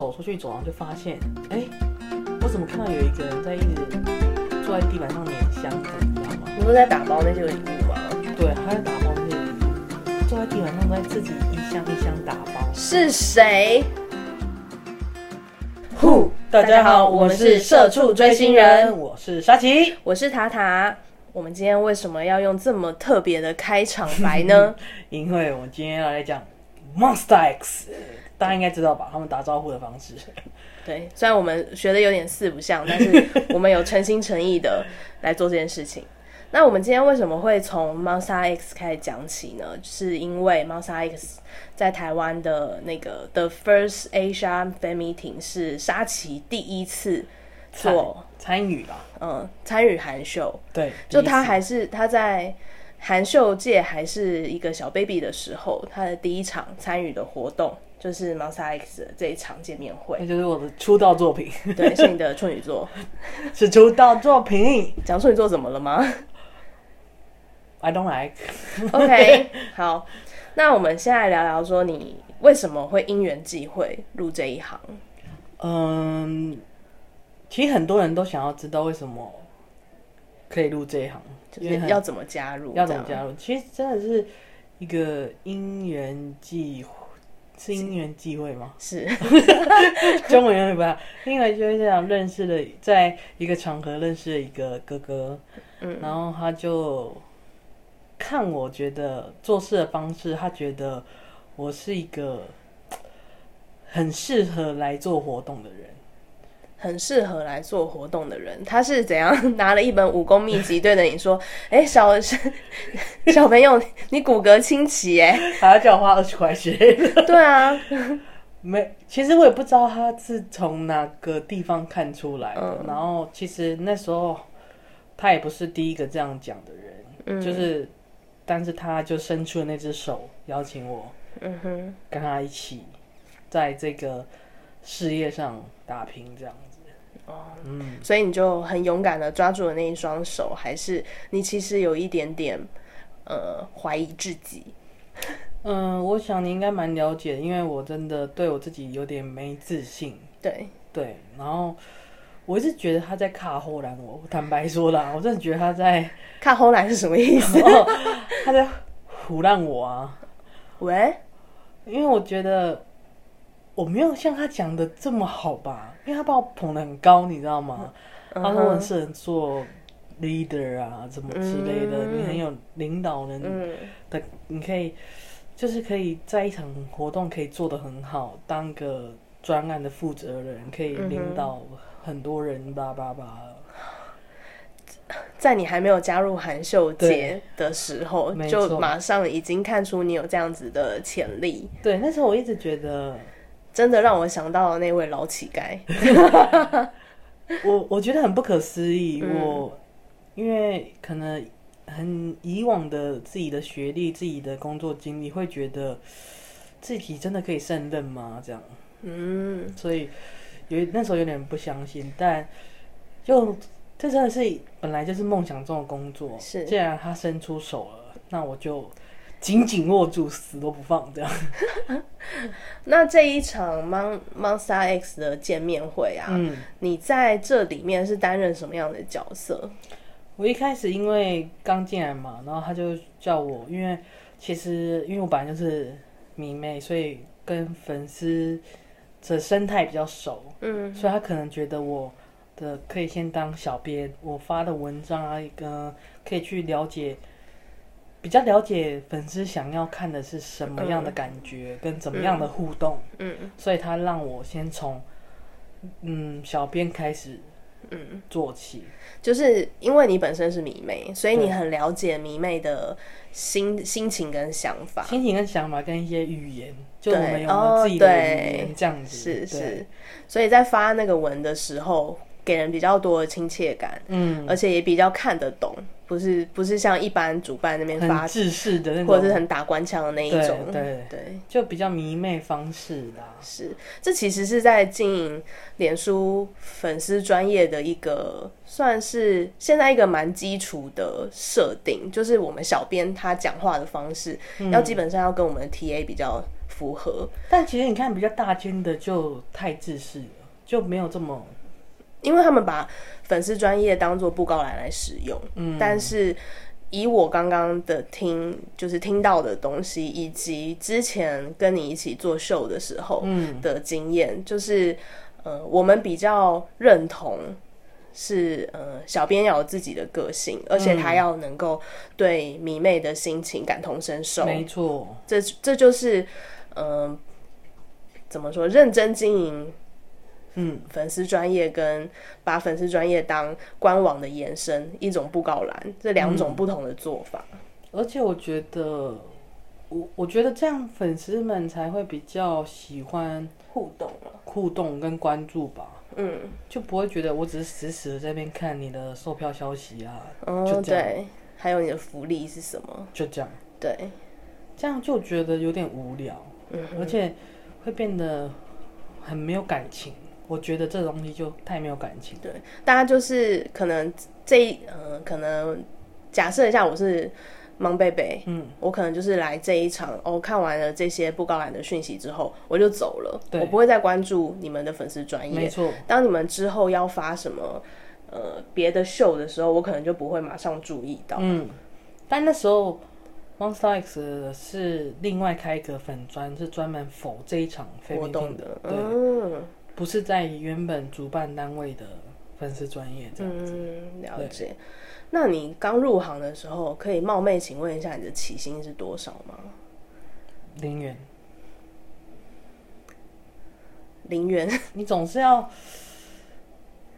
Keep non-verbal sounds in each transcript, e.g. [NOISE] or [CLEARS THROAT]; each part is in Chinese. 走出去走廊，就发现，哎、我怎么看到有一个人在一直坐在地板上碾箱子，你知道吗？你不是在打包那些礼物吗？对，他在打包那些礼物，坐在地板上在自己一箱一箱打包。是谁？呼，大家好我们是社畜追星人我是沙琪，我是塔塔。我们今天为什么要用这么特别的开场白 [LAUGHS] 呢？因为我们今天要来讲 Monster X，大家应该知道吧？他们打招呼的方 [LAUGHS] 式。对，虽然我们学的有点四不像，但是 [LAUGHS] 我们有诚心诚意的来做这件事情。那我们今天为什么会从 Monster X 开始讲起呢？是因为 Monster X 在台湾的那个 The First Asia Fan Meeting 是沙琪第一次做参与吧，嗯参与韩秀，对，就第一他次还是他在韩秀界还是一个小 baby 的时候，他的第一场参与的活动就是 Monster X 的这一场见面会 [LAUGHS] 那。哎就是我的出道作品， [LAUGHS] 对，是你的处女 [LAUGHS] 座。是出道作品。讲处女座怎么了吗 I don't like， ？OK，好， [LAUGHS] 那我们现在聊聊说你为什么会因缘际会入这一行？嗯，其实很多人都想要知道为什么可以入这一行，就因为是很要怎么加入？要怎么这样？加入？其实真的是一个因缘际会，是因缘际会吗？ [LAUGHS] 是中文有点不太好，因为就是这样认识了，在一个场合认识了一个哥哥，嗯，然后他就看我觉得做事的方式，他觉得我是一个很适合来做活动的人。很适合来做活动的人。他是怎样拿了一本武功秘籍对着你说：“哎、小小朋友，你骨骼清奇哎、还要叫我花二十块钱。对 [LAUGHS] 啊，没，其实我也不知道他是从哪个地方看出来的。然后其实那时候他也不是第一个这样讲的人，嗯就是，但是他就伸出了那只手邀请我，嗯哼，跟他一起在这个事业上打拼，这样子。所以你就很勇敢的抓住了那一双手，还是你其实有一点点呃怀疑自己？嗯，我想你应该蛮了解，因为我真的对我自己有点没自信。对，对，然后我一直觉得他在卡后栏我，我坦白说啦，我真的觉得他在。看后来是什么意 [LAUGHS] 思？ [LAUGHS] 他在胡乱我啊，喂，因为我觉得我没有像他讲的这么好吧，因为他把我捧得很高，你知道吗？嗯他说我很适合做 leader 啊，怎么之类的，嗯你很有领导人嗯的，你可以就是可以在一场活动可以做得很好，当个专案的负责人，可以嗯领导很多人，叭叭叭。在你还没有加入韩秀节对的时候，没错就马上已经看出你有这样子的潜力，对，那时候我一直觉得。真的让我想到了那位老乞丐。 [LAUGHS] [LAUGHS] 我我觉得很不可思议，嗯我因为可能很以往的自己的学历、自己的工作经历，会觉得自己真的可以胜任吗？这样，嗯，所以有那时候有点不相信，但就这真的是本来就是梦想中的工作，是既然他伸出手了，那我就紧紧握住，死都不放， [LAUGHS] 这样。那这一场 Mon Monster X 的见面会啊，嗯，你在这里面是担任什么样的角色？我一开始因为刚进来嘛，然后他就叫我，因为其实因为我本来就是迷妹，所以跟粉丝的生态比较熟，嗯所以他可能觉得我的可以先当小编，我发的文章啊，呃，可以去了解，比较了解粉丝想要看的是什么样的感觉，跟怎么样的互动，嗯所以他让我先从嗯小编开始嗯，做起，就是因为你本身是迷妹，所以你对很了解迷妹的心心情跟想法。心情跟想法跟一些语言，就我对们有哦我们自己的对语言这样子，是对，是，所以在发那个文的时候，给人比较多的亲切感，嗯，而且也比较看得懂，不是不是像一般主办那边很发，自式的那种，或者是很打官腔的那一对种。对，对，就比较迷妹方式啦。是，这其实是在经营脸书粉丝专业的一个，算是现在一个蛮基础的设定，就是我们小编他讲话的方式，要基本上要跟我们的 TA 比较符合，但其实你看比较大间的就太自私了，就没有这么因为他们把粉丝专业当做布告栏来使用。嗯，但是以我刚刚的听，就是听到的东西，以及之前跟你一起做秀的时候嗯的经验，就是呃，我们比较认同。是呃，小编要有自己的个性，而且他要能够对迷妹的心情感同身受。没错，这这就是，嗯、怎么说？认真经营嗯，粉丝专业跟把粉丝专业当官网的延伸，一种布告栏，这两种不同的做法。而且我觉得。我我觉得这样粉丝们才会比较喜欢互动了，嗯互动啊跟关注吧，嗯，就不会觉得我只是死死的在那边看你的售票消息啊，哦就，这样对，还有你的福利是什么？就这样，对，这样就觉得有点无聊，嗯而且会变得很没有感情。我觉得这东西就太没有感情。对，大家就是可能这一，呃，可能假设一下我是芒贝贝，嗯，我可能就是来这一场哦，看完了这些布告栏的讯息之后，我就走了，对我不会再关注你们的粉丝专没业。错，当你们之后要发什么呃别的秀的时候，我可能就不会马上注意到。嗯，但那时候 Monster X 是另外开一个粉专，是专门否这一场非活动的，的，对，嗯不是在原本主办单位的粉丝专业这样。嗯，了解。那你刚入行的时候，可以冒昧请问一下你的起薪是多少吗？嗯林园，零元， [LAUGHS] [LAUGHS] 你总是要，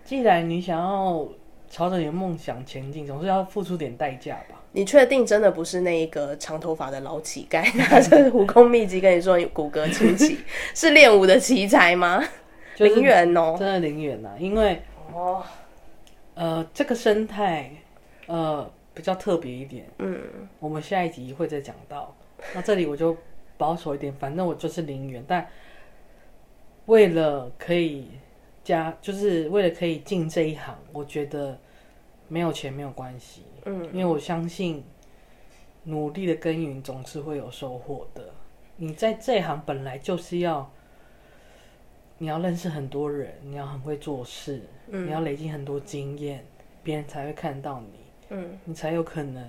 既然你想要朝着你的梦想前进，总是要付出点代价吧。你确定真的不是那一个长头发的老乞丐，他是武功秘籍跟你说你骨骼 [LAUGHS] 清奇，是练武的奇才吗？就是零元哦，真的零元呐、因为哦，呃，这个生态，呃，比较特别一点。嗯，我们下一集会再讲到。那这里我就保守一点，反正我就是零元，但为了可以加，就是为了可以进这一行，我觉得没有钱没有关系。嗯，因为我相信努力的耕耘总是会有收获的。你在这行本来就是要，你要认识很多人，你要很会做事，嗯你要累积很多经验，别人才会看到你。嗯你才有可能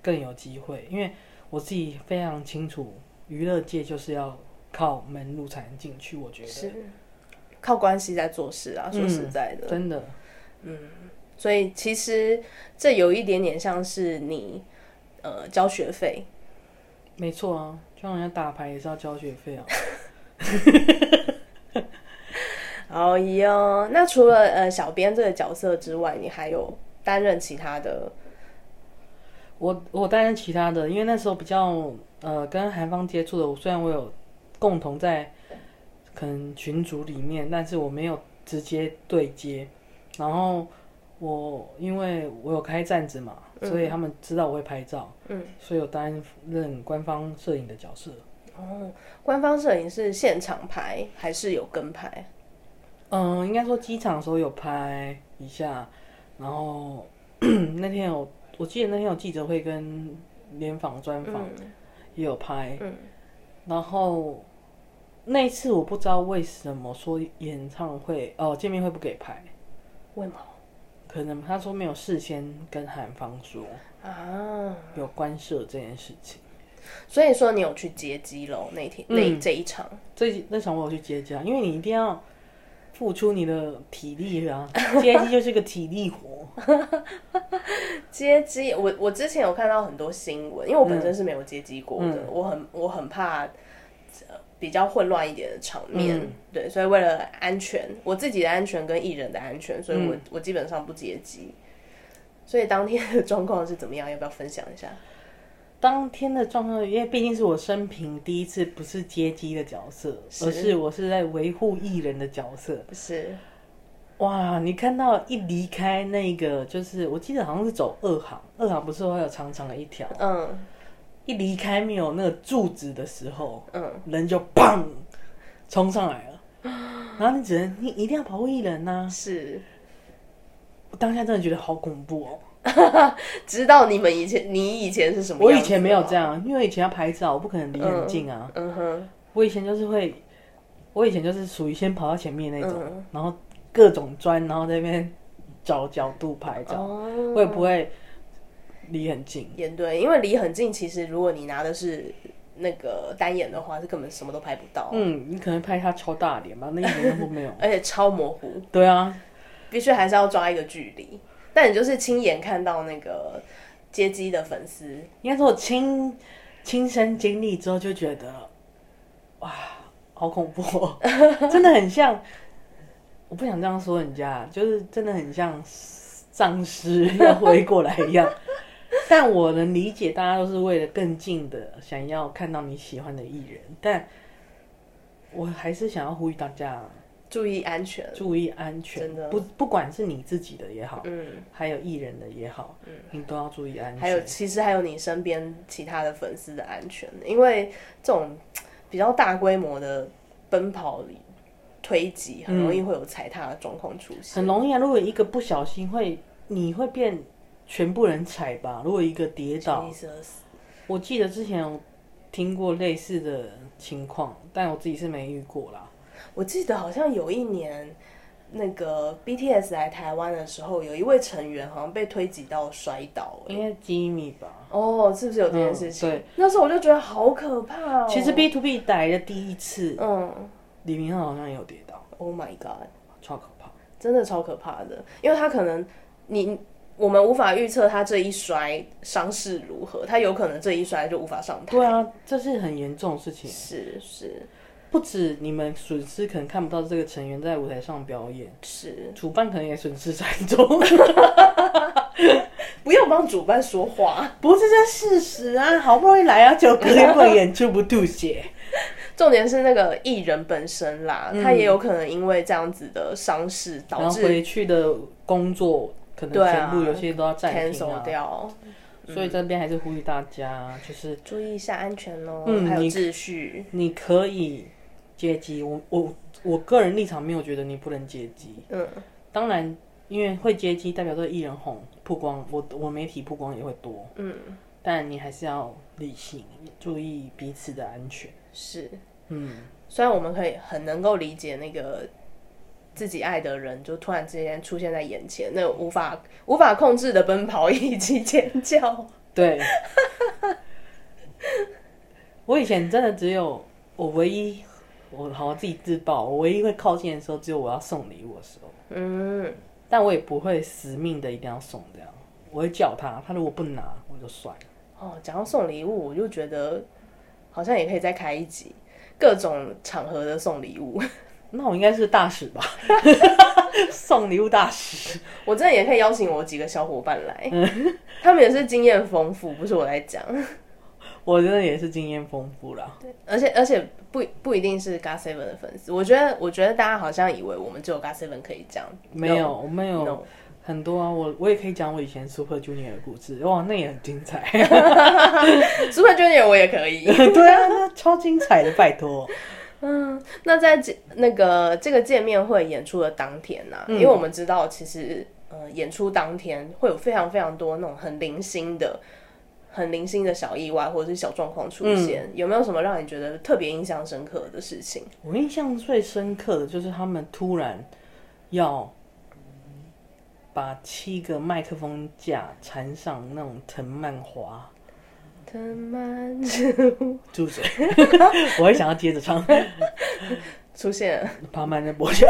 更有机会。因为我自己非常清楚，娱乐界就是要靠门路才能进去。我觉是得靠关系在做事啊，说嗯实在的，真的，所以其实这有一点点像是你呃交学费，没错啊，就像人家打牌也是要交学费啊。哦哟，那除了呃小编这个角色之外，你还有担任其他的，我我担任其他的，因为那时候比较呃跟韩方接触的，我虽然我有共同在可能群组里面，但是我没有直接对接。然后我因为我有开站子嘛，嗯所以他们知道我会拍照，嗯，所以有担任官方摄影的角色。哦，官方摄影是现场拍还是有跟拍？嗯，应该说机场的时候有拍一下，然后 [CLEARS THROAT] 那天有我记得那天有记者会跟联访专访。嗯也有拍，嗯然后那一次我不知道为什么说演唱会哦见面会不给拍，为毛可能他说没有事先跟韩方说啊？有关涉这件事情。所以说你有去接机喽那一天、那嗯这一场，这那场我有去接家，因为你一定要付出你的体力啊，接机就是个体力活。接机，我我之前有看到很多新闻，因为我本身是没有接机过的，嗯我很我很怕、呃比较混乱一点的场面，嗯对，所以为了安全，我自己的安全跟艺人的安全，所以我、嗯我基本上不接机。所以当天的状况是怎么样？要不要分享一下？当天的状况，因为毕竟是我生平第一次不是接机的角色，是而是我是在维护艺人的角色。是，哇，你看到一离开那个，就是我记得好像是走二行，二行不是会有长长的一条，嗯一离开没有那个柱子的时候，嗯，人就砰冲上来 [GASPS] 了，然后你只能你一定要保护一人呐、是，我当下真的觉得好恐怖哦，知道你们以前你以前是什么我样以子前没有吗这，样，因为以前要拍照，我不可能离很近啊。嗯哼，我以前就是会，我以前就是属于先跑到前面那种，嗯然后各种钻，然后在那边找角度拍照，哦我也不会离很近。也对，因为离很近，其实如果你拿的是那个单眼的话，是根本什么都拍不到，。嗯，你可能拍他超大脸吧，那一点都没有 [LAUGHS] 而且超模糊，对啊，必须还是要抓一个距离。但你就是亲眼看到那个街机的粉丝，应该说我亲亲身经历之后就觉得，哇，好恐怖、 [LAUGHS] 哦，真的很像。我不想这样说人家，就是真的很像丧尸要回过来一样。 [LAUGHS] 但我能理解，大家都是为了更近的想要看到你喜欢的艺人，但我还是想要呼吁大家注意安全。注意安全真的，不不管是你自己的也好，嗯，还有艺人的也好，你都要注意安全。还有其实还有你身边其他的粉丝的安全，因为这种比较大规模的奔跑里推挤，很容易嗯会有踩踏的状况出现。很容易啊，如果一个不小心会，你会变全部人踩吧。如果一个跌倒， Jesus 我记得之前有听过类似的情况，但我自己是没遇过啦。我记得好像有一年，那个 BTS 来台湾的时候，有一位成员好像被推挤到摔倒、欸。应该吉米吧。哦，是不是有这件事情？嗯对，那时候我就觉得好可怕哦。其实 B to B 来的第一次，嗯李明浩好像也有跌倒， ，Oh my God，超可怕。真的超可怕的，因为他可能你我们无法预测他这一摔伤势如何，他有可能这一摔就无法上台。对啊，这是很严重的事情，是是不止你们损失，可能看不到这个成员在舞台上表演，是，主办可能也损失惨重。不要帮主办说话。 [LAUGHS] 不是这事实啊，好不容易来啊，就隔天不能演出不吐血。重点是那个艺人本身啦，他也有可能因为这样子的伤势导嗯然后致回去的工作可能对啊全部有些都要暂停 cancel 嗯啊，掉，所以这边还是呼吁大家，就是注意一下安全哦，嗯还有你秩序。你可以接机，我我我个人立场没有觉得你不能接机，嗯，当然因为会接机代表着艺人红曝光，我我媒体曝光也会多，嗯，但你还是要理性，注意彼此的安全，是。嗯，虽然我们可以很能够理解那个自己爱的人就突然之间出现在眼前，那无法无法控制的奔跑以及尖叫， [LAUGHS] [LAUGHS] 对。我以前真的只有我唯一，我好我自己自爆，我唯一会靠近的时候，只有我要送礼物的时候。嗯，但我也不会死命的一定要送这样，我会叫他，他如果不拿我就算了。哦，讲到送礼物，我就觉得好像也可以再开一集，各种场合的送礼物，那我应该是大使吧， [LAUGHS] 送礼物大使。我真的也可以邀请我几个小伙伴来，他们也是经验丰富，不是我在讲，我真的也是经验丰富啦，而且而且不不一定是 GOT7 的粉丝，我觉得我觉得大家好像以为我们只有 GOT7 可以讲，没有，我没 no, 有很多啊，我我也可以讲我以前 Super Junior 的故事，哇，那也很精 [LAUGHS] 彩。 [LAUGHS] Super Junior 我也可以。对啊，那超精彩的，拜托。嗯，那在这那个这个见面会演出的当天呢、因为我们知道其实呃演出当天会有非常非常多那种很零星的、很零星的小意外或者是小状况出现，有没有什么让你觉得特别印象深刻的事情？我印象最深刻的就是他们突然要把七个麦克风架缠上那种藤蔓花，藤蔓住嘴！我会想要接着唱 [LAUGHS] 出现了，爬满的博笑，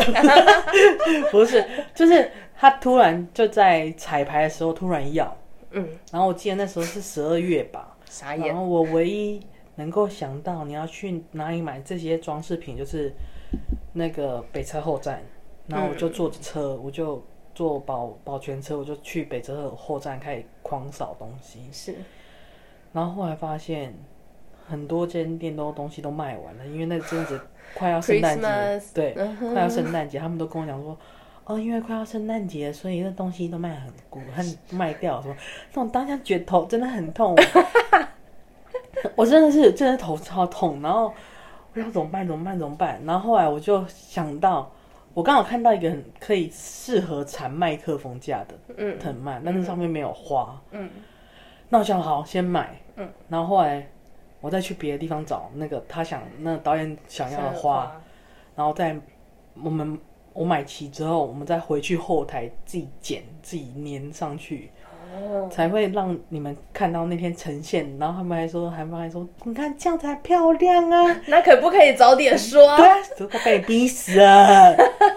[LAUGHS] 不是，就是他突然就在彩排的时候突然要，嗯，然后我记得那时候是十二月吧，傻眼然，后我唯一能够想到你要去哪里买这些装饰品，就是那个北车后站，然后我就坐着车，我就坐保保全车，我就去北车后站开始狂扫东西，是然后后来发现很多间店都东西都卖完了，因为那阵子快要圣诞 Christmas 节，对，嗯哼快要圣诞节，他们都跟我讲说。哦，因为快要圣诞节，所以那东西都卖很贵，很卖掉什么，那种当下觉得头真的很痛， [LAUGHS] 我真的是真的头超痛，然后我要怎么办？怎么办？怎么办？然后后来我就想到，我刚好看到一个很可以适合缠麦克风架的藤蔓，但是上面没有花。嗯，那我想好先买，嗯，然后后来我再去别的地方找那个他想那导演想要的花，然后再我们我买齐之后，我们再回去后台自己剪自己粘上去，哦，才会让你们看到那天呈现。然后他们还说，他们还说，你看这样才漂亮啊！ [LAUGHS] 那可不可以早点说啊？对啊，都快被你逼死了。 [LAUGHS]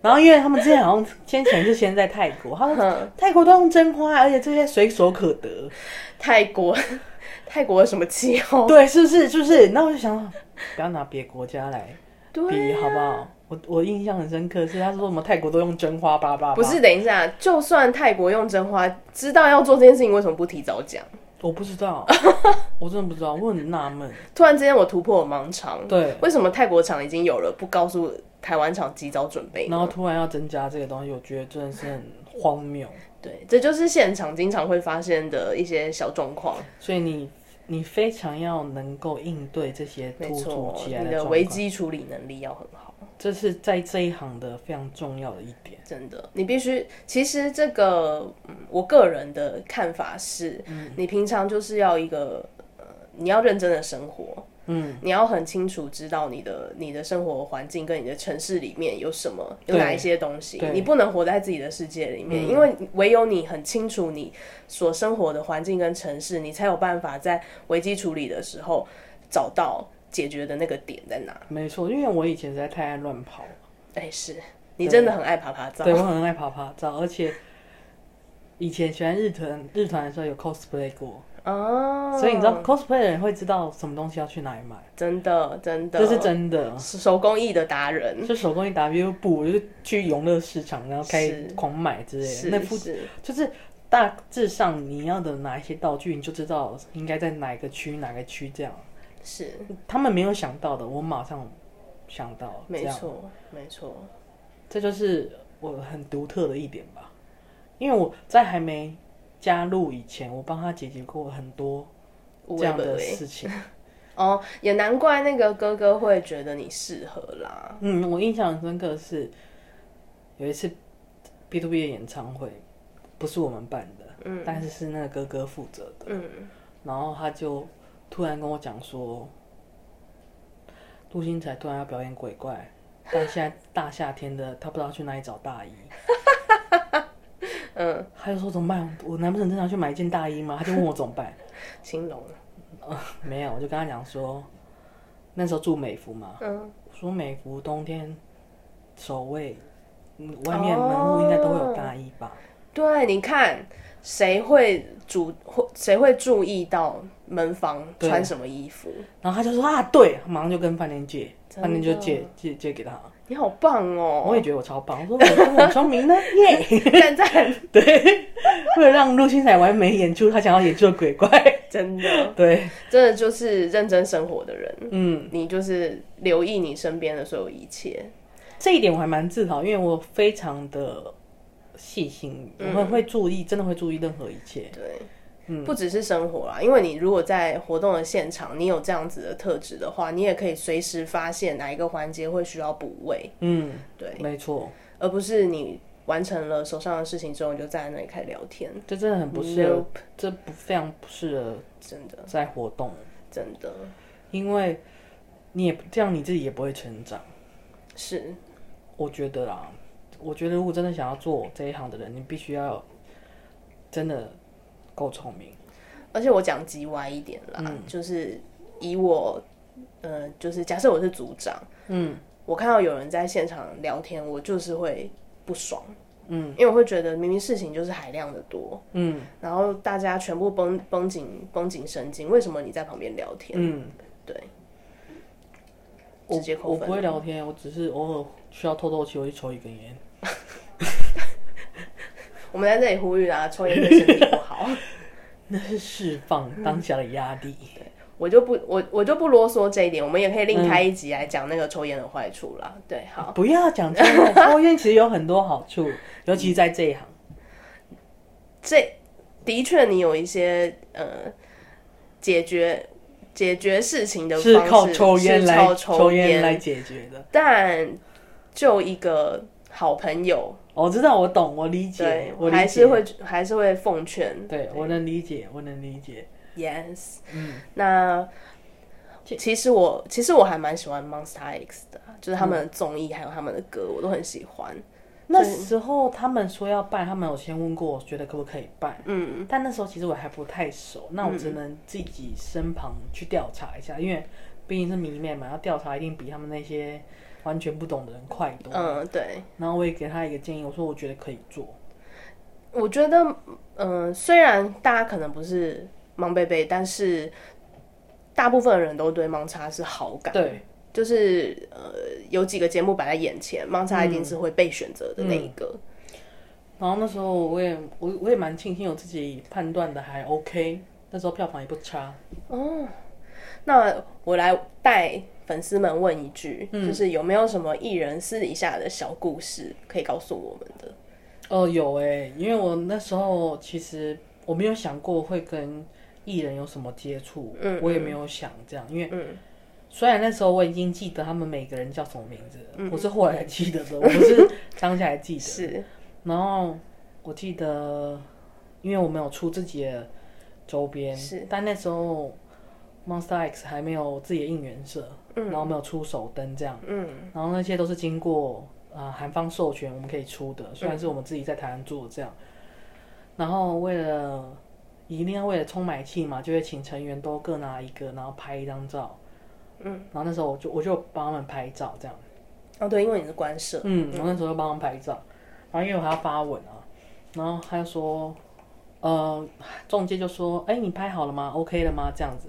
然后因为他们之前好像先前是先在泰国，他嗯们泰国都用真花，而且这些随手可得。泰国， [LAUGHS] 泰国有什么气候？对，是不是？是不是？那我就想，不要拿别国家来比，啊好不好？我我印象很深刻是他说什么泰国都用真花叭叭叭，不是，等一下，就算泰国用真花，知道要做这件事情，为什么不提早讲？我不知 [LAUGHS] 道，我真的不知道，我很纳闷。突然之间，我突破我盲肠，对，为什么泰国厂已经有了，不告诉台湾厂及早准备呢？然后突然要增加这个东西，我觉得真的是很荒谬。对，这就是现场经常会发现的一些小状况。所以你你非常要能够应对这些没突如错，其来你的的状危况机处理能力要很好，这是在这一行的非常重要的一点。真的，你必须。其实这个，嗯，我个人的看法是，嗯你平常就是要一个，呃，你要认真的生活，嗯，你要很清楚知道你的你的生活环境跟你的城市里面有什么，有对哪一些东西对，嗯你不能活在自己的世界里面，因为唯有你很清楚你所生活的环境跟城市，你才有办法在危机处理的时候找到解决的那个点在哪。啊没错，因为我以前实在太爱乱跑，哎，是你真的很爱爬爬照对，我很爱爬爬照，而且以前喜欢日团，日团的时候有 cosplay 过，哦，所以你知道 cosplay 的人会知道什么东西要去哪里买，真的真的，这是真的。是手工艺的达人，就手工一打 V 布，我就是去永乐市场，然后开始是狂买之类是的。那附是就是大致上你要的哪一些道具，你就知道应该在哪个区哪个区这样。是，他们没有想到的，我马上想到了，哦这没样。错没错，这就是我很独特的一点吧。因为我在还没加入以前，我帮他解决过很多无这微样不的微事情。哦，也难怪那个哥哥会觉得你适合啦。嗯，我印象很深刻的是有一次 B to B 的演唱会，不是我们办的，嗯但是是那个哥哥负责的。嗯，然后他就突然跟我讲说，杜新才突然要表演鬼怪，但现在大夏天的，他不知道去哪里找大衣。嗯，他就说怎么办？我难不成真的要去买一件大衣吗？他就问我怎么 [LAUGHS] 办。青龙，没有，我就跟他讲说，那时候住美孚嘛，嗯，我说美孚冬天守卫，嗯外面门户应该都会有大衣哦吧？对，你看谁会主会谁会注意到门房对啊穿什么衣服？然后他就说啊，对，马上就跟饭店借，真的饭店就借借借给他。啊你好棒哦！我也觉得我超棒，我说我是网双明呢，耶！ [LAUGHS] 赞赞，为了让陆星仔完美演出他想要演出的鬼怪，真的，对，真的就是认真生活的人，嗯，你就是留意你身边的所有一切。这一点我还蛮自豪，因为我非常的细心，我嗯会会注意，真的会注意任何一切。对，不只是生活啦，因为你如果在活动的现场，你有这样子的特质的话，你也可以随时发现哪一个环节会需要补位，嗯，对，没错，而不是你完成了手上的事情之后，你就站在那里开始聊天，这真的很不适合，这不非常不适合真的，在活动，真的因为你也这样你自己也不会成长。是我觉得啦，我觉得如果真的想要做这一行的人，你必须要真的够聪明。而且我讲极歪一点啦，嗯就是以我，呃，就是假设我是组长，嗯，我看到有人在现场聊天，我就是会不爽，嗯，因为我会觉得明明事情就是海量的多，嗯然后大家全部绷绷紧绷紧神经，为什么你在旁边聊天？嗯，对，我直接扣我分不会聊天，我只是偶尔需要透透气，我去抽一根烟。 [LAUGHS] 我们在这里呼吁啊，抽烟对身体 [LAUGHS] 不好。那是释放当下的压力。我就不我我就不啰嗦这一点，我们也可以另嗯开一集来讲那个抽烟的坏处啦。对，好，不要讲抽烟，抽烟其实有很多好 [LAUGHS] 处，尤其在这一行。这的确你有一些呃解决解决事情的方式是靠抽烟是靠来抽烟烟来解决的。但就一个好朋友，我哦知道，我懂，我理对解，我理解还是会还是会奉劝。对我能理解，我能理解。 Yes，嗯那其实我其实我还蛮喜欢 Monster X 的啊，就是他嗯们的综艺还有他们的歌，我都很喜欢。那时候他们说要办，他们有先问过我，觉得可不可以办。嗯，但那时候其实我还不太熟，那我只能自己身旁去调查一下，嗯因为毕竟是迷妹嘛，要调查一定比他们那些完全不懂的人快多。嗯，对，然后我也给他一个建议，我说我觉得可以做。我觉得，嗯、虽然大家可能不是盲贝贝，但是大部分人都对盲叉是好感，对，就是呃，有几个节目摆在眼前，盲叉一定是会被选择的那一个。然后那时候我也我我也蛮庆幸我自己判断的还 OK，那时候票房也不差。嗯那我来带粉丝们问一句，嗯就是有没有什么艺人私底下的小故事可以告诉我们的？哦，有哎、因为我那时候其实我没有想过会跟艺人有什么接触，嗯我也没有想这样，因为嗯虽然那时候我已经记得他们每个人叫什么名字了，嗯我是后来才记得的，我不 [LAUGHS] 是当下才记得。是，然后我记得，因为我们有出自己的周边，是但那时候 Monster X 还没有自己的应援社，然后没有出手灯这样，嗯然后那些都是经过呃韩方授权，我们可以出的，虽然是我们自己在台湾做这样。然后为了呃一定要为了充买气嘛，就会请成员都各拿一个，然后拍一张照。嗯，然后那时候我就我就帮他们拍照这样，哦对，因为你是官社，嗯，我那时候就帮他们拍照，然后因为我还要发文啊，然后他就说，呃，中介就说，哎、你拍好了吗？OK 了吗？这样子，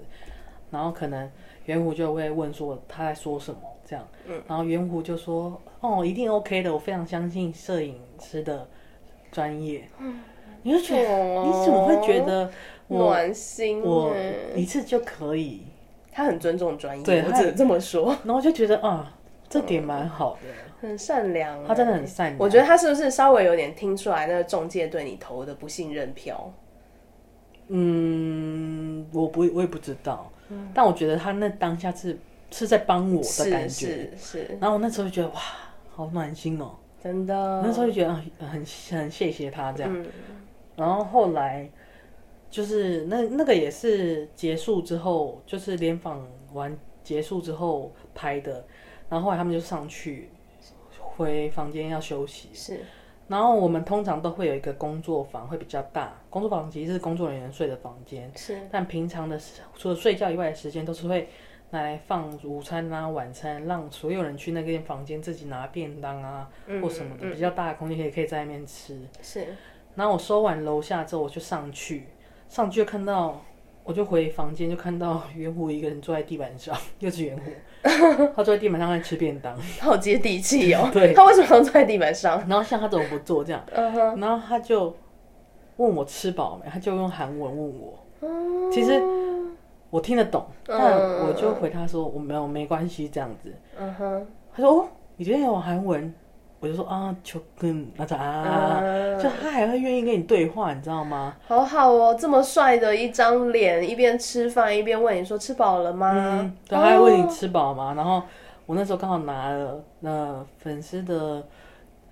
然后可能圆弧就会问说他在说什么这样，然后圆弧就说，哦，一定 OK 的，我非常相信摄影师的专业，你就觉得、哦你怎么会觉得我暖心我耶，一次就可以？他很尊重专业，对我他只能这么说。然后我就觉得啊，这点蛮好的，很善良欸、他真的很善良我觉得他是不是稍微有点听出来那个中介对你投的不信任票？嗯，我不，我也不知道，嗯但我觉得他那当下是是在帮我的感是觉，是是，然后我那时候就觉得哇，好暖心哦、真的。那时候就觉得啊很很谢谢他这样，嗯然后后来就是那那个也是结束之后，就是联访完结束之后拍的，然后后来他们就上去回房间要休息，是然后我们通常都会有一个工作房，会比较大，工作房其实是工作人员睡的房间。是，但平常的时除了睡觉以外的时间，都是会拿来放午餐啊、晚餐，让所有人去那间房间自己拿便当啊、嗯或什么的，比较大的空间也可以在那边吃。是然后我收完楼下之后，我就上去，上去就看到，我就回房间就看到圆弧一个人坐在地板上， [LAUGHS] 又是圆弧，他坐在地板上在吃便 [LAUGHS] 当。他好接地气 [LAUGHS] 哦、对他为什么要坐在地 [LAUGHS] 板上？然后像他怎么不做这样，嗯哼，然后他就问我吃饱没，他就用韩文问我。哦其实我听得懂，但我就回他说我没有没关系这样子。嗯哼，他说哦，你今天有韩文？我就说啊，就跟那啥，嗯就他还会愿意跟你对话，你知道吗？好好哦，这么帅的一张脸，一边吃饭一边问你说吃饱了吗？嗯，对，他还问你哦吃饱吗？然后我那时候刚好拿了那粉丝的。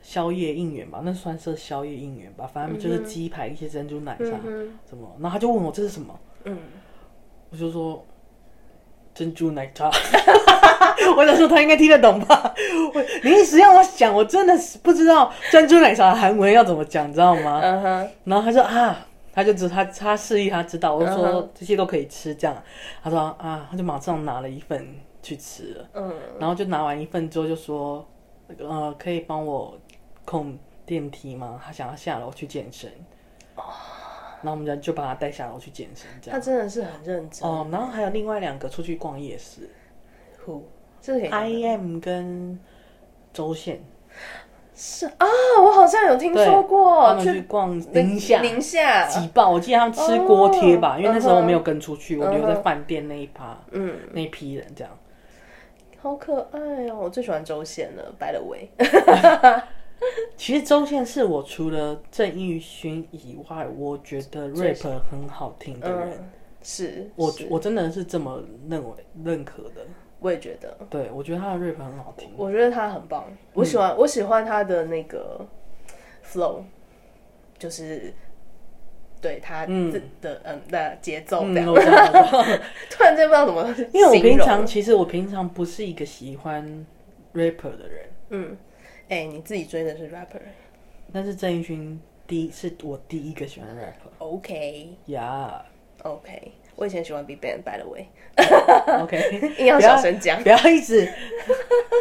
宵夜应援吧，那算是宵夜应援吧，反正就是鸡排、一些珍珠奶茶、嗯什么，然后他就问我这是什么，哼嗯，我就说珍珠奶茶，我想说他应该听得懂吧？我你一直让我想，我真的是不知道珍珠奶茶的韩文要怎么讲，你知道吗？嗯哼，然后他说啊，他就知他他示意他知道，我就嗯说这些都可以吃，这样。他说啊，他就马上拿了一份去吃了，嗯，然后就拿完一份之后就说，呃，可以帮我控电梯吗？他想要下楼去健身。然后我们就就把他带下楼去健身，这样。他真的是很认真。哦，然后还有另外两个出去逛夜市酷这个可以讲吗，I M 跟周宪，是啊，我好像有听说他过，们去逛宁夏，哦宁夏，挤爆！我记得他们吃锅贴吧，哦因为那时候我没有跟出去，我留在嗯哼饭店那一趴，嗯，那一批人这样。好可爱哦！我最喜欢周显了，by the way，其实周宪是我除了郑义勋以外，我觉得 rap 很好听的人，嗯，是，我是我真的是这么认为认可的。我也觉得，对，我觉得他的 rap 很好听。我觉得他很棒，嗯我喜欢、我喜欢他的那个 flow，就是对他自的嗯的节奏这样。嗯，我知道， [LAUGHS] 我知道突然间不知道怎么形容，因为我平常其实我平常不是一个喜欢 rapper 的人，嗯，哎、你自己追的是 rapper，OK，、但是郑义勋第一是我第一个喜欢的 rapper。呀、 OK，我以前喜欢 Big Bang，by the way， yeah,，OK，硬要小声 [LAUGHS] 讲。不要一直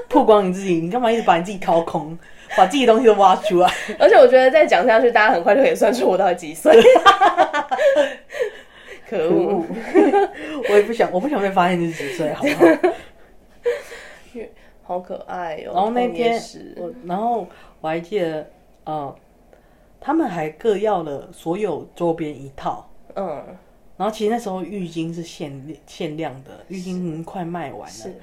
曝光你自己，你干嘛一直把你自己掏空，把自己的东西都挖出来？ [LAUGHS] 而且我觉得再讲下去，大家很快就可以算出我到底几 [LAUGHS] 岁。可恶！我也不想，我不想被发现你是几岁，好不好？好可爱哦、然后那逛夜天市我，然后我还记得，呃，他们还各要了所有周边一套。嗯，然后其实那时候浴巾是限限量的，浴巾已经快卖完了是。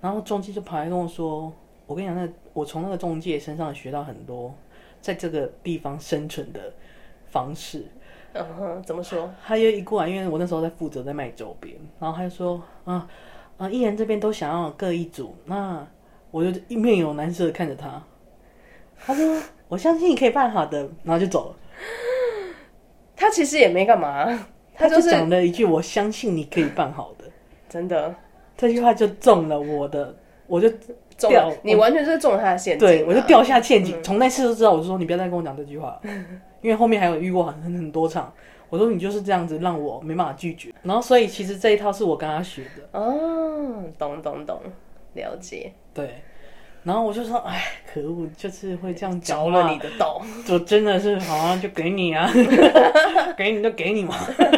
然后中介就跑来跟我说：“我跟你讲，那我从那个中介身上学到很多，在这个地方生存的方式。”嗯哼，怎么说？他就一过来，因为我那时候在负责在卖周边，然后他就说，啊啊，艺人这边都想要各一组，那我就一面有难色地看着他，他说我相信你可以办好的，然后就走了。他其实也没 [LAUGHS] 干嘛，他就就是讲了一句我相信你可以办好的，真的这句话就中了我的，我就中掉嗯了，你完全就是中了他的陷阱啊、对我就掉下陷阱。从那次就知道，我就说你不要再跟我讲这句话 [LAUGHS] 了，因为后面还有遇过很很多场，我说你就是这样子让我没办法拒绝。然后所以其实这一套是我跟他学的。哦，懂懂懂，了解，对，然后我就说，哎，可恶，就是会这样讲着话了你，的道。 [LAUGHS] 我真的是好啊，就给你 [LAUGHS] 啊，给你就给你嘛，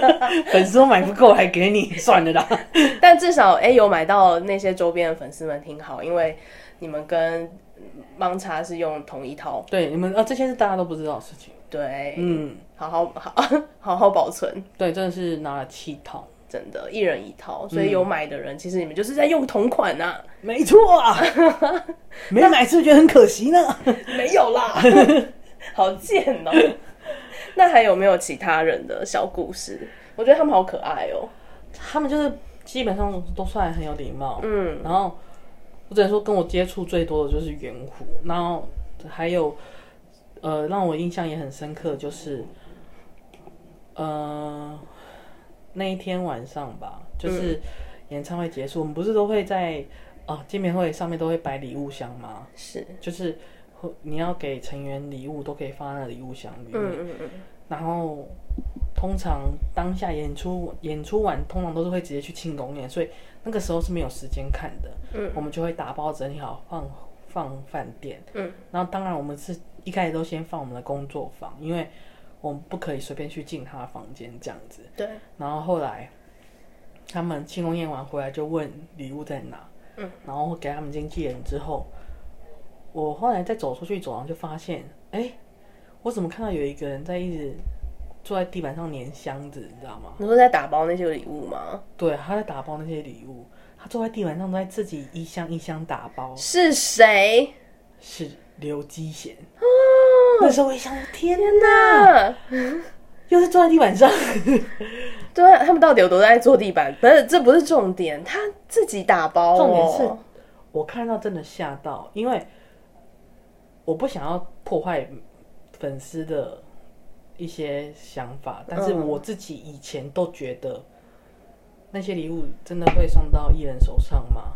[LAUGHS] 粉丝都买不够还给你，算了啦。但至少哎、诶有买到那些周边的粉丝们挺好，因为你们跟芒茶是用同一套，对，你们啊，这些是大家都不知道的事情。对，嗯，好好好 [LAUGHS] 好好保存，对，真的是拿了七套，真的，一人一套，所以有买的人，其实你们就是在用同款呐、没错 [LAUGHS] 啊，没买是不是觉得很可惜呢？ [LAUGHS] 没有啦， [LAUGHS] 好贱哦、 [LAUGHS] 那还有没有其他人的小故事？我觉得他们好可爱哦、他们就是基本上都算很有礼貌，嗯，然后我只能说跟我接触最多的就是圆弧，然后还有呃让我印象也很深刻就是呃那一天晚上吧，就是演唱会结束，我们不是都会在啊见面会上面都会摆礼物箱吗？是，就是会你要给成员礼物都可以放在那礼物箱里面，嗯嗯嗯，然后通常当下演出演出完，通常都是会直接去庆功宴，所以那个时候是没有时间看的。嗯，我们就会打包整理好放放饭店。嗯，然后当然我们是一开始都先放我们的工作房，因为我们不可以随便去进他的房间这样子。对，然后后来他们庆功宴完回来就问礼物在哪，嗯，然后给他们经纪人之后，我后来再走出去走廊就发现，哎，我怎么看到有一个人在一直坐在地板上粘箱子，你知道吗？你说在打包那些礼物吗？对，他在打包那些礼物，他坐在地板上在自己一箱一箱打包，是谁？是刘基贤。那时候我一想，天哪，那又是坐在地板上，对啊，他们到底有多爱坐地板？不是，这不是重点，他自己打包、哦。重点是我看到真的吓到，因为我不想要破坏粉丝的一些想法，但嗯是我自己以前都觉得那些礼物真的会送到艺人手上吗？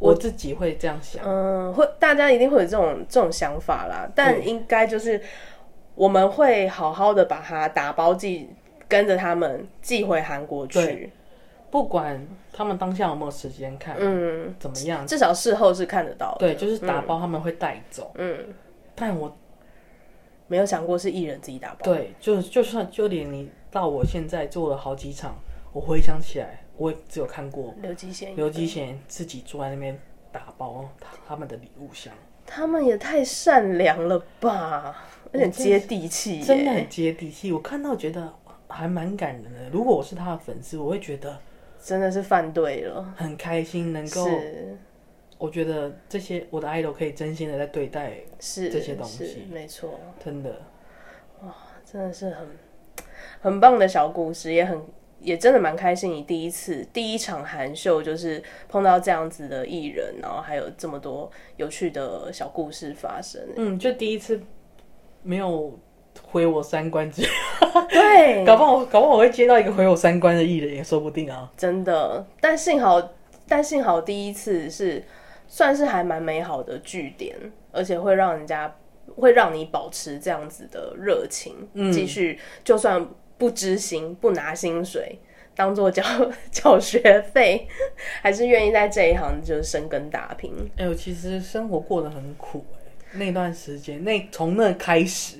我自己会这样想，嗯，会大家一定会有这种这种想法啦，嗯但应该就是我们会好好的把它打包寄，跟着他们寄回韩国去对。不管他们当下有没有时间看，嗯，怎么样，至少事后是看得到的。嗯对，就是打包他们会带走，嗯，但我没有想过是艺人自己打包。对，就就算就连你到我现在做了好几场，我回想起来，我也只有看过刘基贤，刘基贤自己坐在那边打包他他们的礼物箱，他们也太善良了吧，有点接地气耶。真的很接地气。我看到觉得还蛮感人的。如果我是他的粉丝，我会觉得真的是犯对了，很开心，能够是我觉得这些我的 idol 可以真心的在对待，是这些东西是没错。真的真的是很很棒的小故事，也很也真的蛮开心，你第一次第一场韩秀就是碰到这样子的艺人，然后还有这么多有趣的小故事发生。 [LAUGHS] 嗯，就第一次没有毁我三观之，对，搞不好搞不好我会接到一个毁我三观的艺人也说不定啊。真的，但幸好，但幸好第一次是算是还蛮美好的据点，而且会让人家会让你保持这样子的热情，嗯继续就算不知薪不拿薪水，当做 [LAUGHS] 缴缴学费，还是愿意在这一行就是深耕打拼。哎、我其实生活过得很苦哎、那段时间，那从那开始，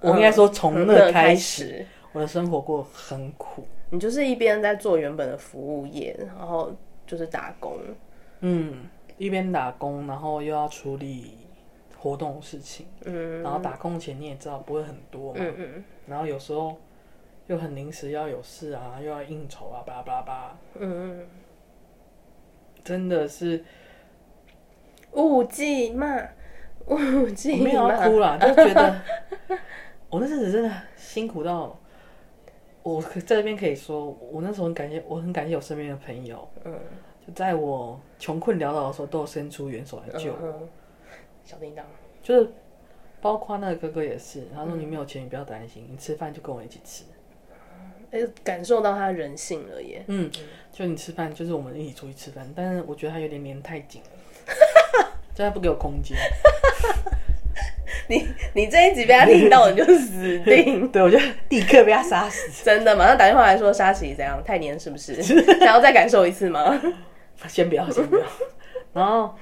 我应该说嗯从那开始，，我的生活过得很苦。你就是一边在做原本的服务业，然后就是打工，嗯，一边打工，然后又要处理活动的事情，嗯然后打工钱你也知道不会很多嘛，嗯嗯然后有时候又很临时要有事啊，又要应酬啊，巴拉巴拉巴拉，嗯嗯，真的是误记嘛，误记我没有啊要哭啦，就觉得我那阵子真的辛苦到，我可在这边可以说，我那时候很感谢，我很感谢我身边的朋友，嗯，就在我穷困潦倒的时候，都有伸出援手来救，嗯嗯小叮当，就是包括那个哥哥也是，他说你没有钱，你不要担心，你吃饭就跟我一起吃，哎、感受到他人性了耶。嗯，就你吃饭就是我们一起出去吃饭，但是我觉得他有点连太紧了， [LAUGHS] 就他不给我空间， [LAUGHS] 你你这一集被他听到，你就死 [LAUGHS] 定。对我就立刻被他杀死，真的，马上打电话来说沙琪怎样，太黏是不 [LAUGHS] 是？想要再感受一次吗？先不要，先不要。然后，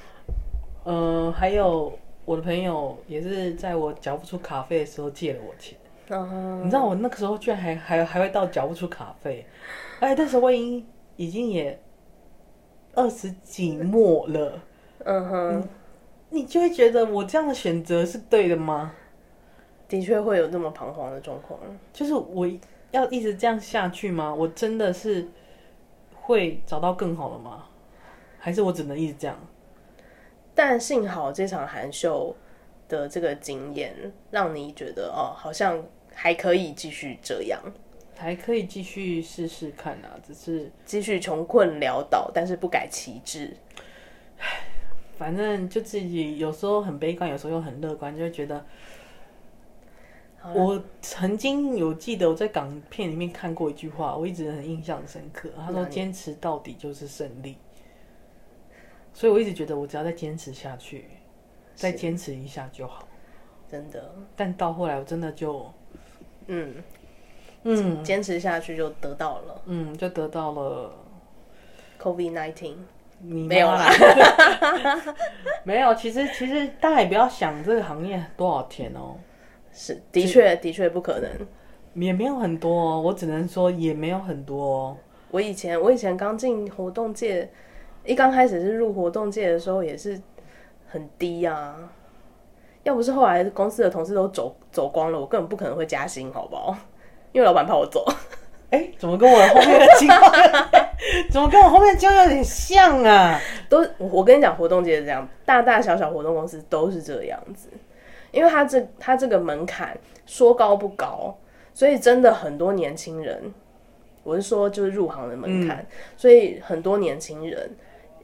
呃，还有我的朋友也是在我缴不出卡费的时候借了我钱。嗯你知道我那个时候居然还还还会到缴不出卡费，哎，那时候我已经已经也二十几末了，嗯哼，你就会觉得我这样的选择是对的吗？的确会有这么彷徨的状况。就是我要一直这样下去吗？我真的是会找到更好的吗？还是我只能一直这样？但幸好这场韩秀的这个经验，让你觉得哦，好像还可以继续这样，还可以继续试试看啊，只是继续穷困潦倒，但是不改其志。反正就自己有时候很悲观，有时候又很乐观，就会觉得。我曾经有记得我在港片里面看过一句话，我一直很印象深刻。他说：“坚持到底就是胜利。”所以我一直觉得，我只要再坚持下去，再坚持一下就好。真的，但到后来，我真的就嗯，嗯坚持下去就得到了嗯，就得到了 COVID nineteen。你没有啦， [LAUGHS] 没有。其实其实大家也不要想这个行业多少钱哦，是，的确，的确不可能。也没有很多哦，我只能说也没有很多哦。我以前，我以前刚进活动界，一刚开始是入活动界的时候也是很低啊。要不是后来公司的同事都走走光了，我根本不可能会加薪，好不好？因为老板怕我走。哎，怎么跟我后面的情况， [LAUGHS] 怎么跟我后面的情况有点像啊？ [LAUGHS] 都，我我跟你讲，活动界是这样，大大小小活动公司都是这样子，因为它这它这个门槛说高不高，所以真的很多年轻人，我是说就是入行的门槛，所以很多年轻人，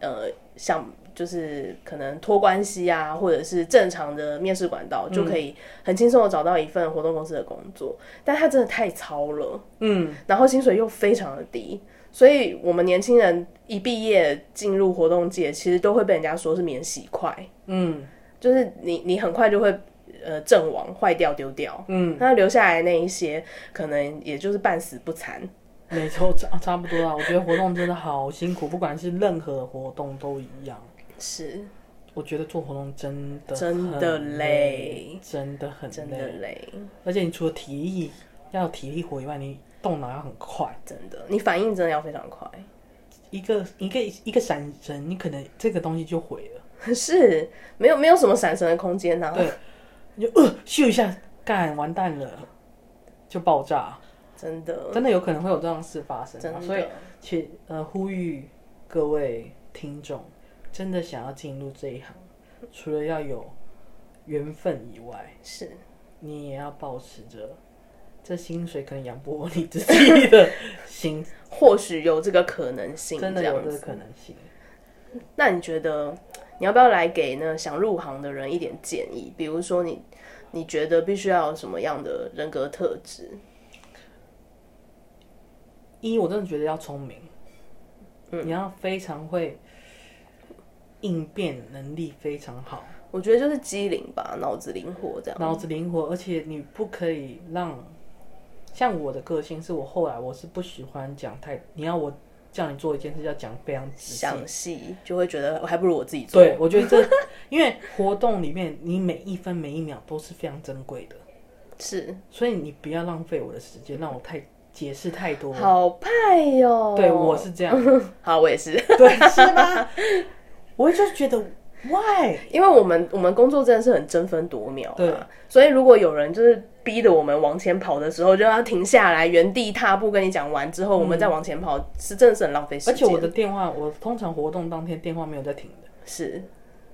呃，想就是可能托关系啊，或者是正常的面试管道，就可以很轻松的找到一份活动公司的工作，但它真的太糙了。嗯，然后薪水又非常的低，所以我们年轻人一毕业进入活动界，其实都会被人家说是免洗块，嗯就是你你很快就会呃阵亡、坏掉、丢掉。嗯，那留下来那一些，可能也就是半死不残。没错，差差不多啊。我觉得活动真的好辛苦，不管是任何活动都一样。是，我觉得做活动真的真的的累，真的很真的累。累，而且你除了体力要有体力活以外，你动脑要很快。真的，你反应真的要非常快。 [LAUGHS] 一个一个一个闪神，你可能这个东西就毁了。是，没有没有什么闪神的空间呐、啊对你就呃咻一下，干完蛋了，就爆炸，真的，真的有可能会有这样的事发生呃真啊、的，所以，且呃，呼吁各位听众，真的想要进入这一行，除了要有缘分以外，是你也要保持着这薪水可能养不活你自己的心，或许有这个可能 [LAUGHS] 性，真这的样有这个子。可能性。那你觉得你要不要来给呢想入行的人一点建议？比如说你你觉得必须要有什么样的人格特质？一，我真的觉得要聪明，你要非常会应变能力非常好，我觉得就是机灵吧，脑子灵活这样。脑子灵活，而且你不可以让像我的个性是我后来我是不喜欢讲太，你要我叫你做一件事要讲非常仔细。详细就会觉得我还不如我自己 [LAUGHS] 做。对，我觉得这，因为活动里面你每一分每一秒都是非常珍贵的，是，所以你不要浪费我的时间，让我太解释太多。好派哟、对，我是这样， [LAUGHS] 好，我也是， [LAUGHS] 对，是吗？我就觉得 why 因为我们我们工作真的是很争分夺秒、啊，对，所以如果有人就是逼着我们往前跑的时候，就要停下来，原地踏步，跟你讲完之后，我们再往前跑，是真的是很浪费时嗯而间。且我的电话，我通常活动当天电话没有在停的，是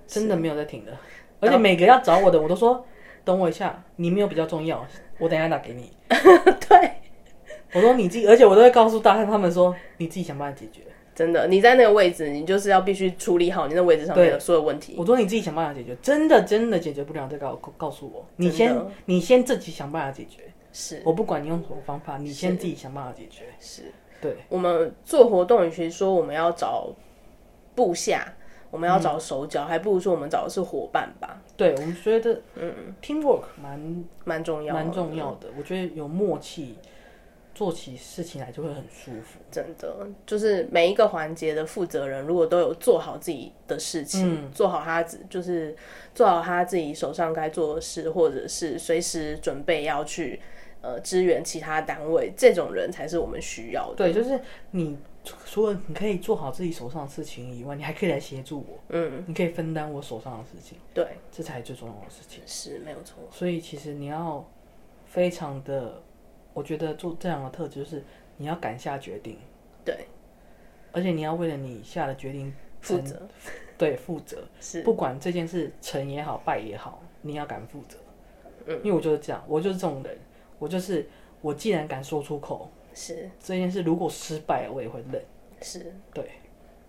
真的没有在停的。而且每个要找我的，我都说等我一下，你没有比较重要，我等一下打给你。 [LAUGHS] 对，我说你自己，而且我都会告诉大家他们说你自己想办法解决。真的，你在那个位置，你就是要必须处理好你那位置上面的所有问题。我说你自己想办法解决，真的真的解决不了再告告诉我，你真先的你先自己想办法解决，是我不管你用什么方法，你先自己想办法解决。是，对，我们做活动，与其说我们要找部下，我们要找手嗯脚，还不如说我们找的是伙伴吧，对我们觉得，嗯，teamwork 蛮蛮重嗯要，蛮重要的，我觉得有默契，做起事情来就会很舒服。真的，就是每一个环节的负责人，如果都有做好自己的事嗯情，做好他自就是做好他自己手上该做的事，或者是随时准备要去呃支援其他单位，这种人才是我们需要的。对，就是你除了你可以做好自己手上的事情以外，你还可以来协助我，嗯，你可以分担我手上的事情，对，这才是最重要的事情。是没有错。所以其实你要非常的，我觉得做这样的特质就是你要敢下决定，对，而且你要为了你下的决定负 [LAUGHS] 承责对负责，是不管这件事成也好败也好，你要敢负责。嗯，因为我就是这样，我就是这种人，我就是我既然敢说出口是这件事，如果失败我也会认。是，对，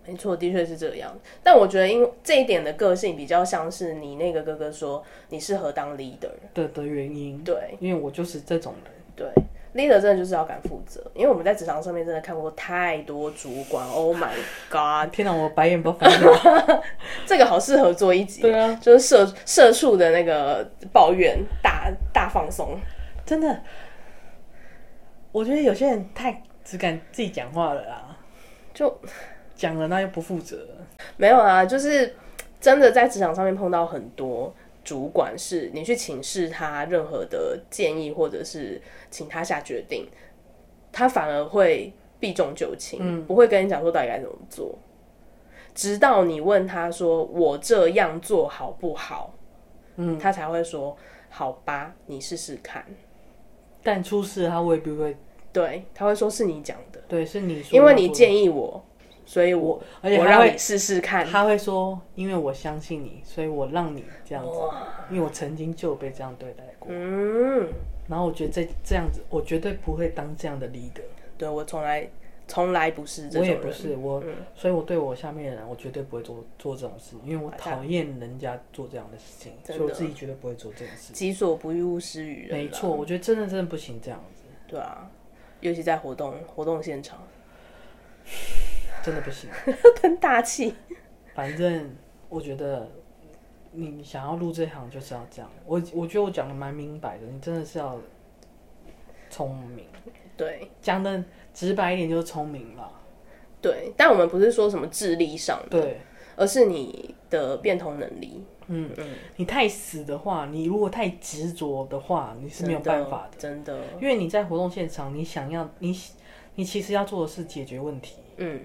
没错，的确是这样。但我觉得，因为这一点的个性比较像是你那个哥哥说，你适合当 leader。的的原因，对因为我就是这种人。对，leader 真的就是要敢负责，因为我们在职场上面真的看过太多主管，Oh my god，啊天哪，我白眼不翻了。这个好适合做一集，对啊，就是社社畜的那个抱怨大大放松。真的，我觉得有些人太只敢自己讲话了啦，就讲了那又不负责。没有啊，就是真的在职场上面碰到很多主管，是你去请示他任何的建议，或者是请他下决定，他反而会避重就轻，嗯不会跟你讲说到底该怎么做，直到你问他说我这样做好不好，嗯，他才会说好吧，你试试看。但出事他未必会，对，他会说是你讲的，对，是你说，因为你建议我，所以我我，而且我他让你会试试看。他会说，因为我相信你，所以我让你这样子，因为我曾经就有被这样对待过。嗯。然后我觉得这这样子，我绝对不会当这样的 leader，对我从来从来不是这我种也人，嗯不是我，所以我对我下面的人，我绝对不会做做这种事，因为我讨厌人家做这样的事情，所真以我的自己绝对不会做这种事。己所不欲，勿施于人。没，错，我觉得真的真的不行这样子。对啊，尤其在活动活动 [LAUGHS] 现场，真的不行。喷大气。反正我觉得你想要入这行就是要这样。我我觉得我讲的蛮明白的，你真的是要聪明，对讲的直白一点就是聪明啦。对，但我们不是说什么智力上的，对而是你的变通能力你太死的话，你如果太执着的话，啊你是没有真的办法真的。的，因为你在活动现场，你想要你你其实要做的是解决问题，嗯，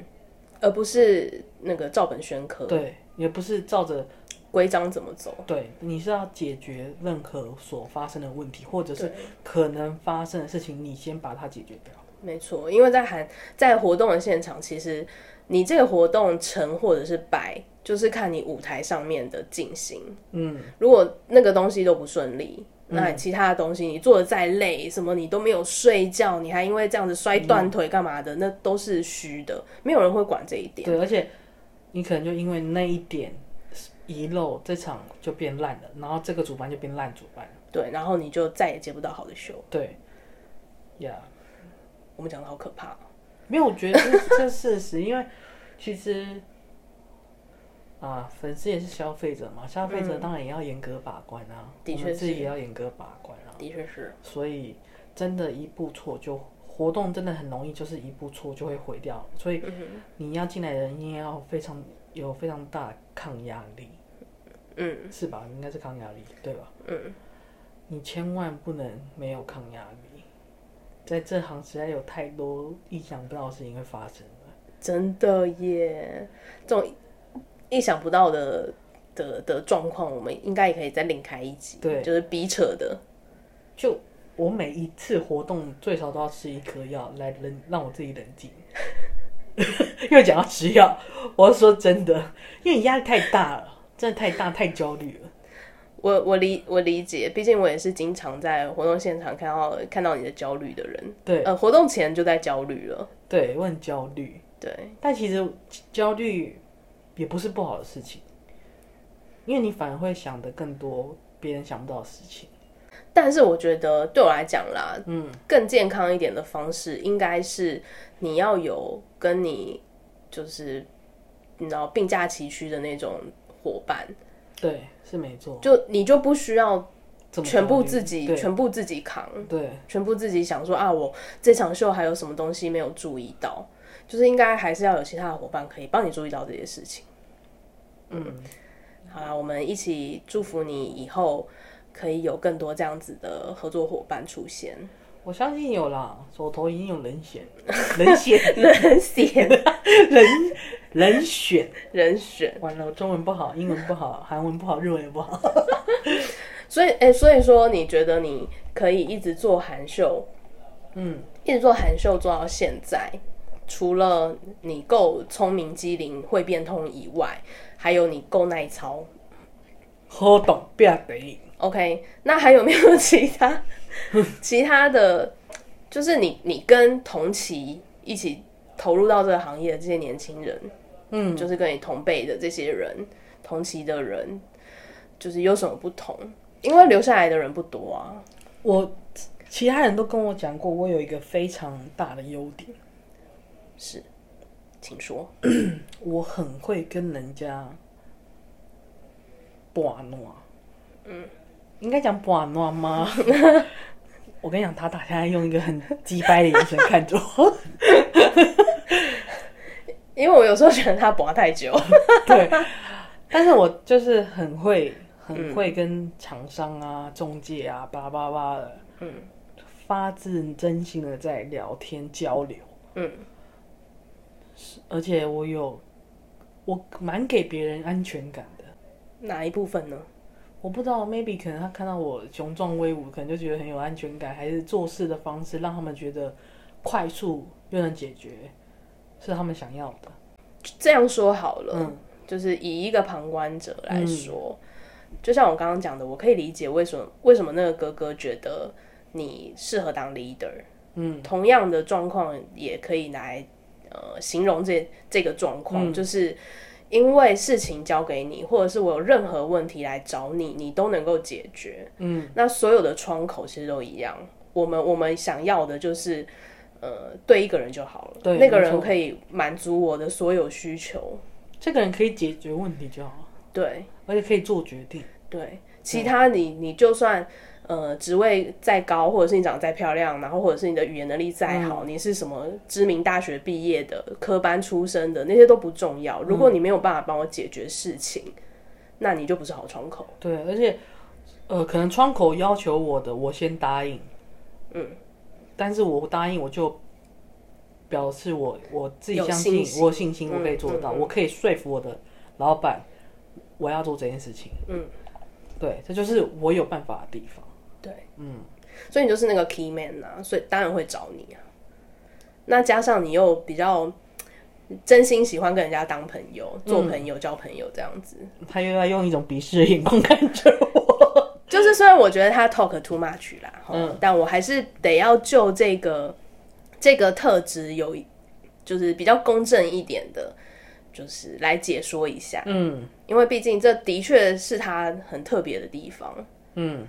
而不是那个照本宣科，对，也不是照着规章怎么走。对，你是要解决任何所发生的问题，或者是可能发生的事情，你先把它解决掉。没错，因为在韩在活动的现场，其实你这个活动成或者是败，就是看你舞台上面的进行。嗯，如果那个东西都不顺利，那其他的东西你做的再累，什么你都没有睡觉，你还因为这样子摔断腿干嘛的，那都是虚的，没有人会管这一点。对，而且你可能就因为那一点遗漏，这场就变烂了，然后这个主办就变烂主办。对，然后你就再也接不到好的秀。对，呀、我们讲的好可怕哦，没有，我觉得这这事实，因为其实啊，粉丝也是消费者嘛，消费者当然也要严格把关啊，嗯的我确们自己也要严格把关啊，的确是。所以真的，一步错就活动真的很容易，就是一步错就会毁掉，所以嗯你要进来的人应该要非常有非常大的抗压力，嗯是吧？应该是抗压力，对吧？你千万不能没有抗压力，在这行实在有太多意想不到的事情会发生。真的耶，这种意想不到的的的状况，我们应该也可以再另开一集，对就是逼扯的，就我每一次活动最少都要吃一颗药来冷让我自己冷静。 [LAUGHS] 又讲到吃药，我是说真的，因为你压力太大了，真的太大太焦虑了。我我理我理解，毕竟我也是经常在活动现场看到看到你的焦虑的人，对呃，活动前就在焦虑了，对，我很焦虑，对，但其实焦虑也不是不好的事情，因为你反而会想的更多别人想不到的事情。但是我觉得对我来讲啦，嗯，更健康一点的方式应该是你要有跟你就是你知道并驾齐驱的那种伙伴，对，是没错。就你就不需要这么全部焦虑自己对全部自己扛，对全部自己想说啊，我这场秀还有什么东西没有注意到，就是应该还是要有其他的伙伴可以帮你注意到这些事情。嗯，好啦，我们一起祝福你以后可以有更多这样子的合作伙伴出现。 [LAUGHS] 我相信有啦，手头已经有人选，人 [LAUGHS] 选，人选，人人选。人选，完了，我中文不好，英文不好，韩文不好，日文也不好。所以哎、所以说你觉得你可以一直做韩秀，嗯，一直做韩秀做到现在，除了你够聪明机灵会变通以外，还有你够耐操。好懂不要得。 OK，那还有没有其 [LAUGHS] 他其他的？就是你你跟同期一起投入到这个行业的这些年轻人，嗯，就是跟你同辈的这些人，同期的人，就是有什么不同？因为留下来的人不多啊。我其他人都跟我讲过，我有一个非常大的优点，是，请说。我很会跟人家把诺。嗯，应该讲把诺吗？ [LAUGHS] 我跟你讲，塔塔现在用一个很鸡掰的眼神看着我。因为我有时候觉得他拔太久， [LAUGHS] [LAUGHS] 对，但是我就是很会，嗯很会跟厂商啊、中介啊、叭叭叭的，嗯，发自真心的在聊天交流，嗯，是而且我有，我蛮给别人安全感的。哪一部分呢？我不知道，maybe 可能他看到我雄壮威武，可能就觉得很有安全感，还是做事的方式让他们觉得快速又能解决，是他们想要的。这样说好了，嗯就是以一个旁观者来说，就像我刚刚讲的，我可以理解为什么为什么那个哥哥觉得你适合当 leader。嗯，同样的状况也可以拿来呃形容这这个状况，嗯就是因为事情交给你，或者是我有任何问题来找你，你都能够解决。嗯，那所有的窗口其实都一样，我们我们想要的就是。呃，对一个人就好了，对那个没人错可以满足我的所有需求，这个人可以解决问题就好了，对而且可以做决定。对，其他你你就算呃职位再高，或者是你长得再漂亮，然后或者是你的语言能力再好，你是什么知名大学毕业的、科班出身的，那些都不重要。如果你没有办法帮我解决事情，那你就不是好窗口。对，而且呃，可能窗口要求我的，我先答应，嗯，但是我答应我就表示我我自己有相信信，心我有信心我可以嗯做到，嗯我可以说服我的老板，我要做这件事情。嗯，对，这就是我有办法的地方。对，嗯，所以你就是那个 key man 啊，所以当然会找你啊。那加上你又比较真心喜欢跟人家当朋友、做朋友、交朋友这样子， [LAUGHS] 他又要用一种鄙视的眼光看着我，就是虽然我觉得他 talk too much 啦，嗯嗯，但我还是得要就这个这个特质有一，就是比较公正一点的，就是来解说一下，嗯因为毕竟这的确是他很特别的地方。嗯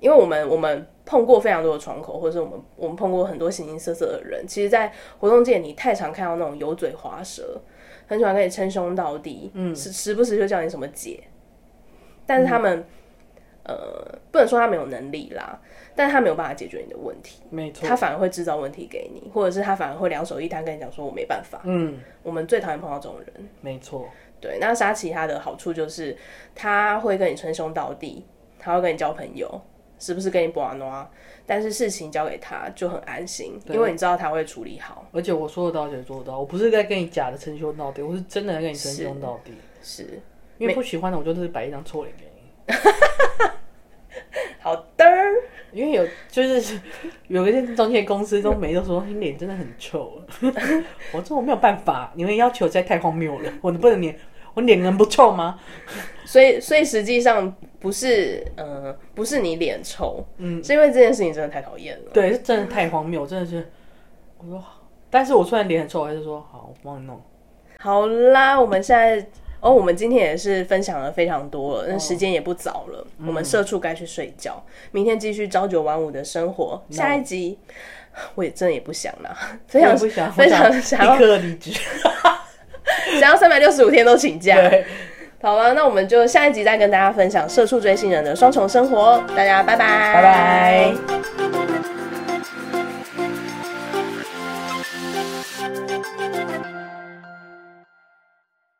因为我们我们碰过非常多的窗口，或者是我们我们碰过很多形形色色的人。其实，在活动界，你太常看到那种油嘴滑舌，很喜欢跟你称兄道弟，嗯，时时不时就叫你什么姐。但是他们，呃，不能说他没有能力啦，但是他没有办法解决你的问题，没错他，反而会制造问题给你，或者是他反而会两手一摊跟你讲说我没办法。嗯，哦我们最讨厌碰到这种人。没错，对，那沙琪他的好处就是他会跟你称兄道弟，他会跟你交朋友，时不时跟你玩啊，但是事情交给他就很安心，对因为你知道他会处理好。而且我说得到就做得到，我不是在跟你假的称兄道弟，我是真的在跟你称兄道弟。是， [LAUGHS] 因为不喜欢的，我就是摆一张臭脸给你。好的儿，因为有就是 [LAUGHS] 有一些中介公司都没都说你脸真的很臭，啊 [LAUGHS] 我说我没有办法，你们要求实在太荒谬了，我不能脸我脸能不臭吗？ [LAUGHS] 所以所以实际上不是，呃，不是你脸臭，嗯，是因为这件事情真的太讨厌了。对，是真的太荒谬，真的是，我说，但是我虽然脸很臭，我还是说好，我帮你弄。好啦，我们现在。哦，我们今天也是分享了非常多哦了，那时间也不早了，嗯我们社畜该去睡觉，明天继续朝九晚五的生活。下一集我也真的也不想啦， [LAUGHS] 非我常也不想， [LAUGHS] 非我常想想要立刻离职。想要三百六十五天都请假。 [LAUGHS] 对，好了，那我们就下一集再跟大家分享社畜追星人的双重生活，大家拜拜，拜拜。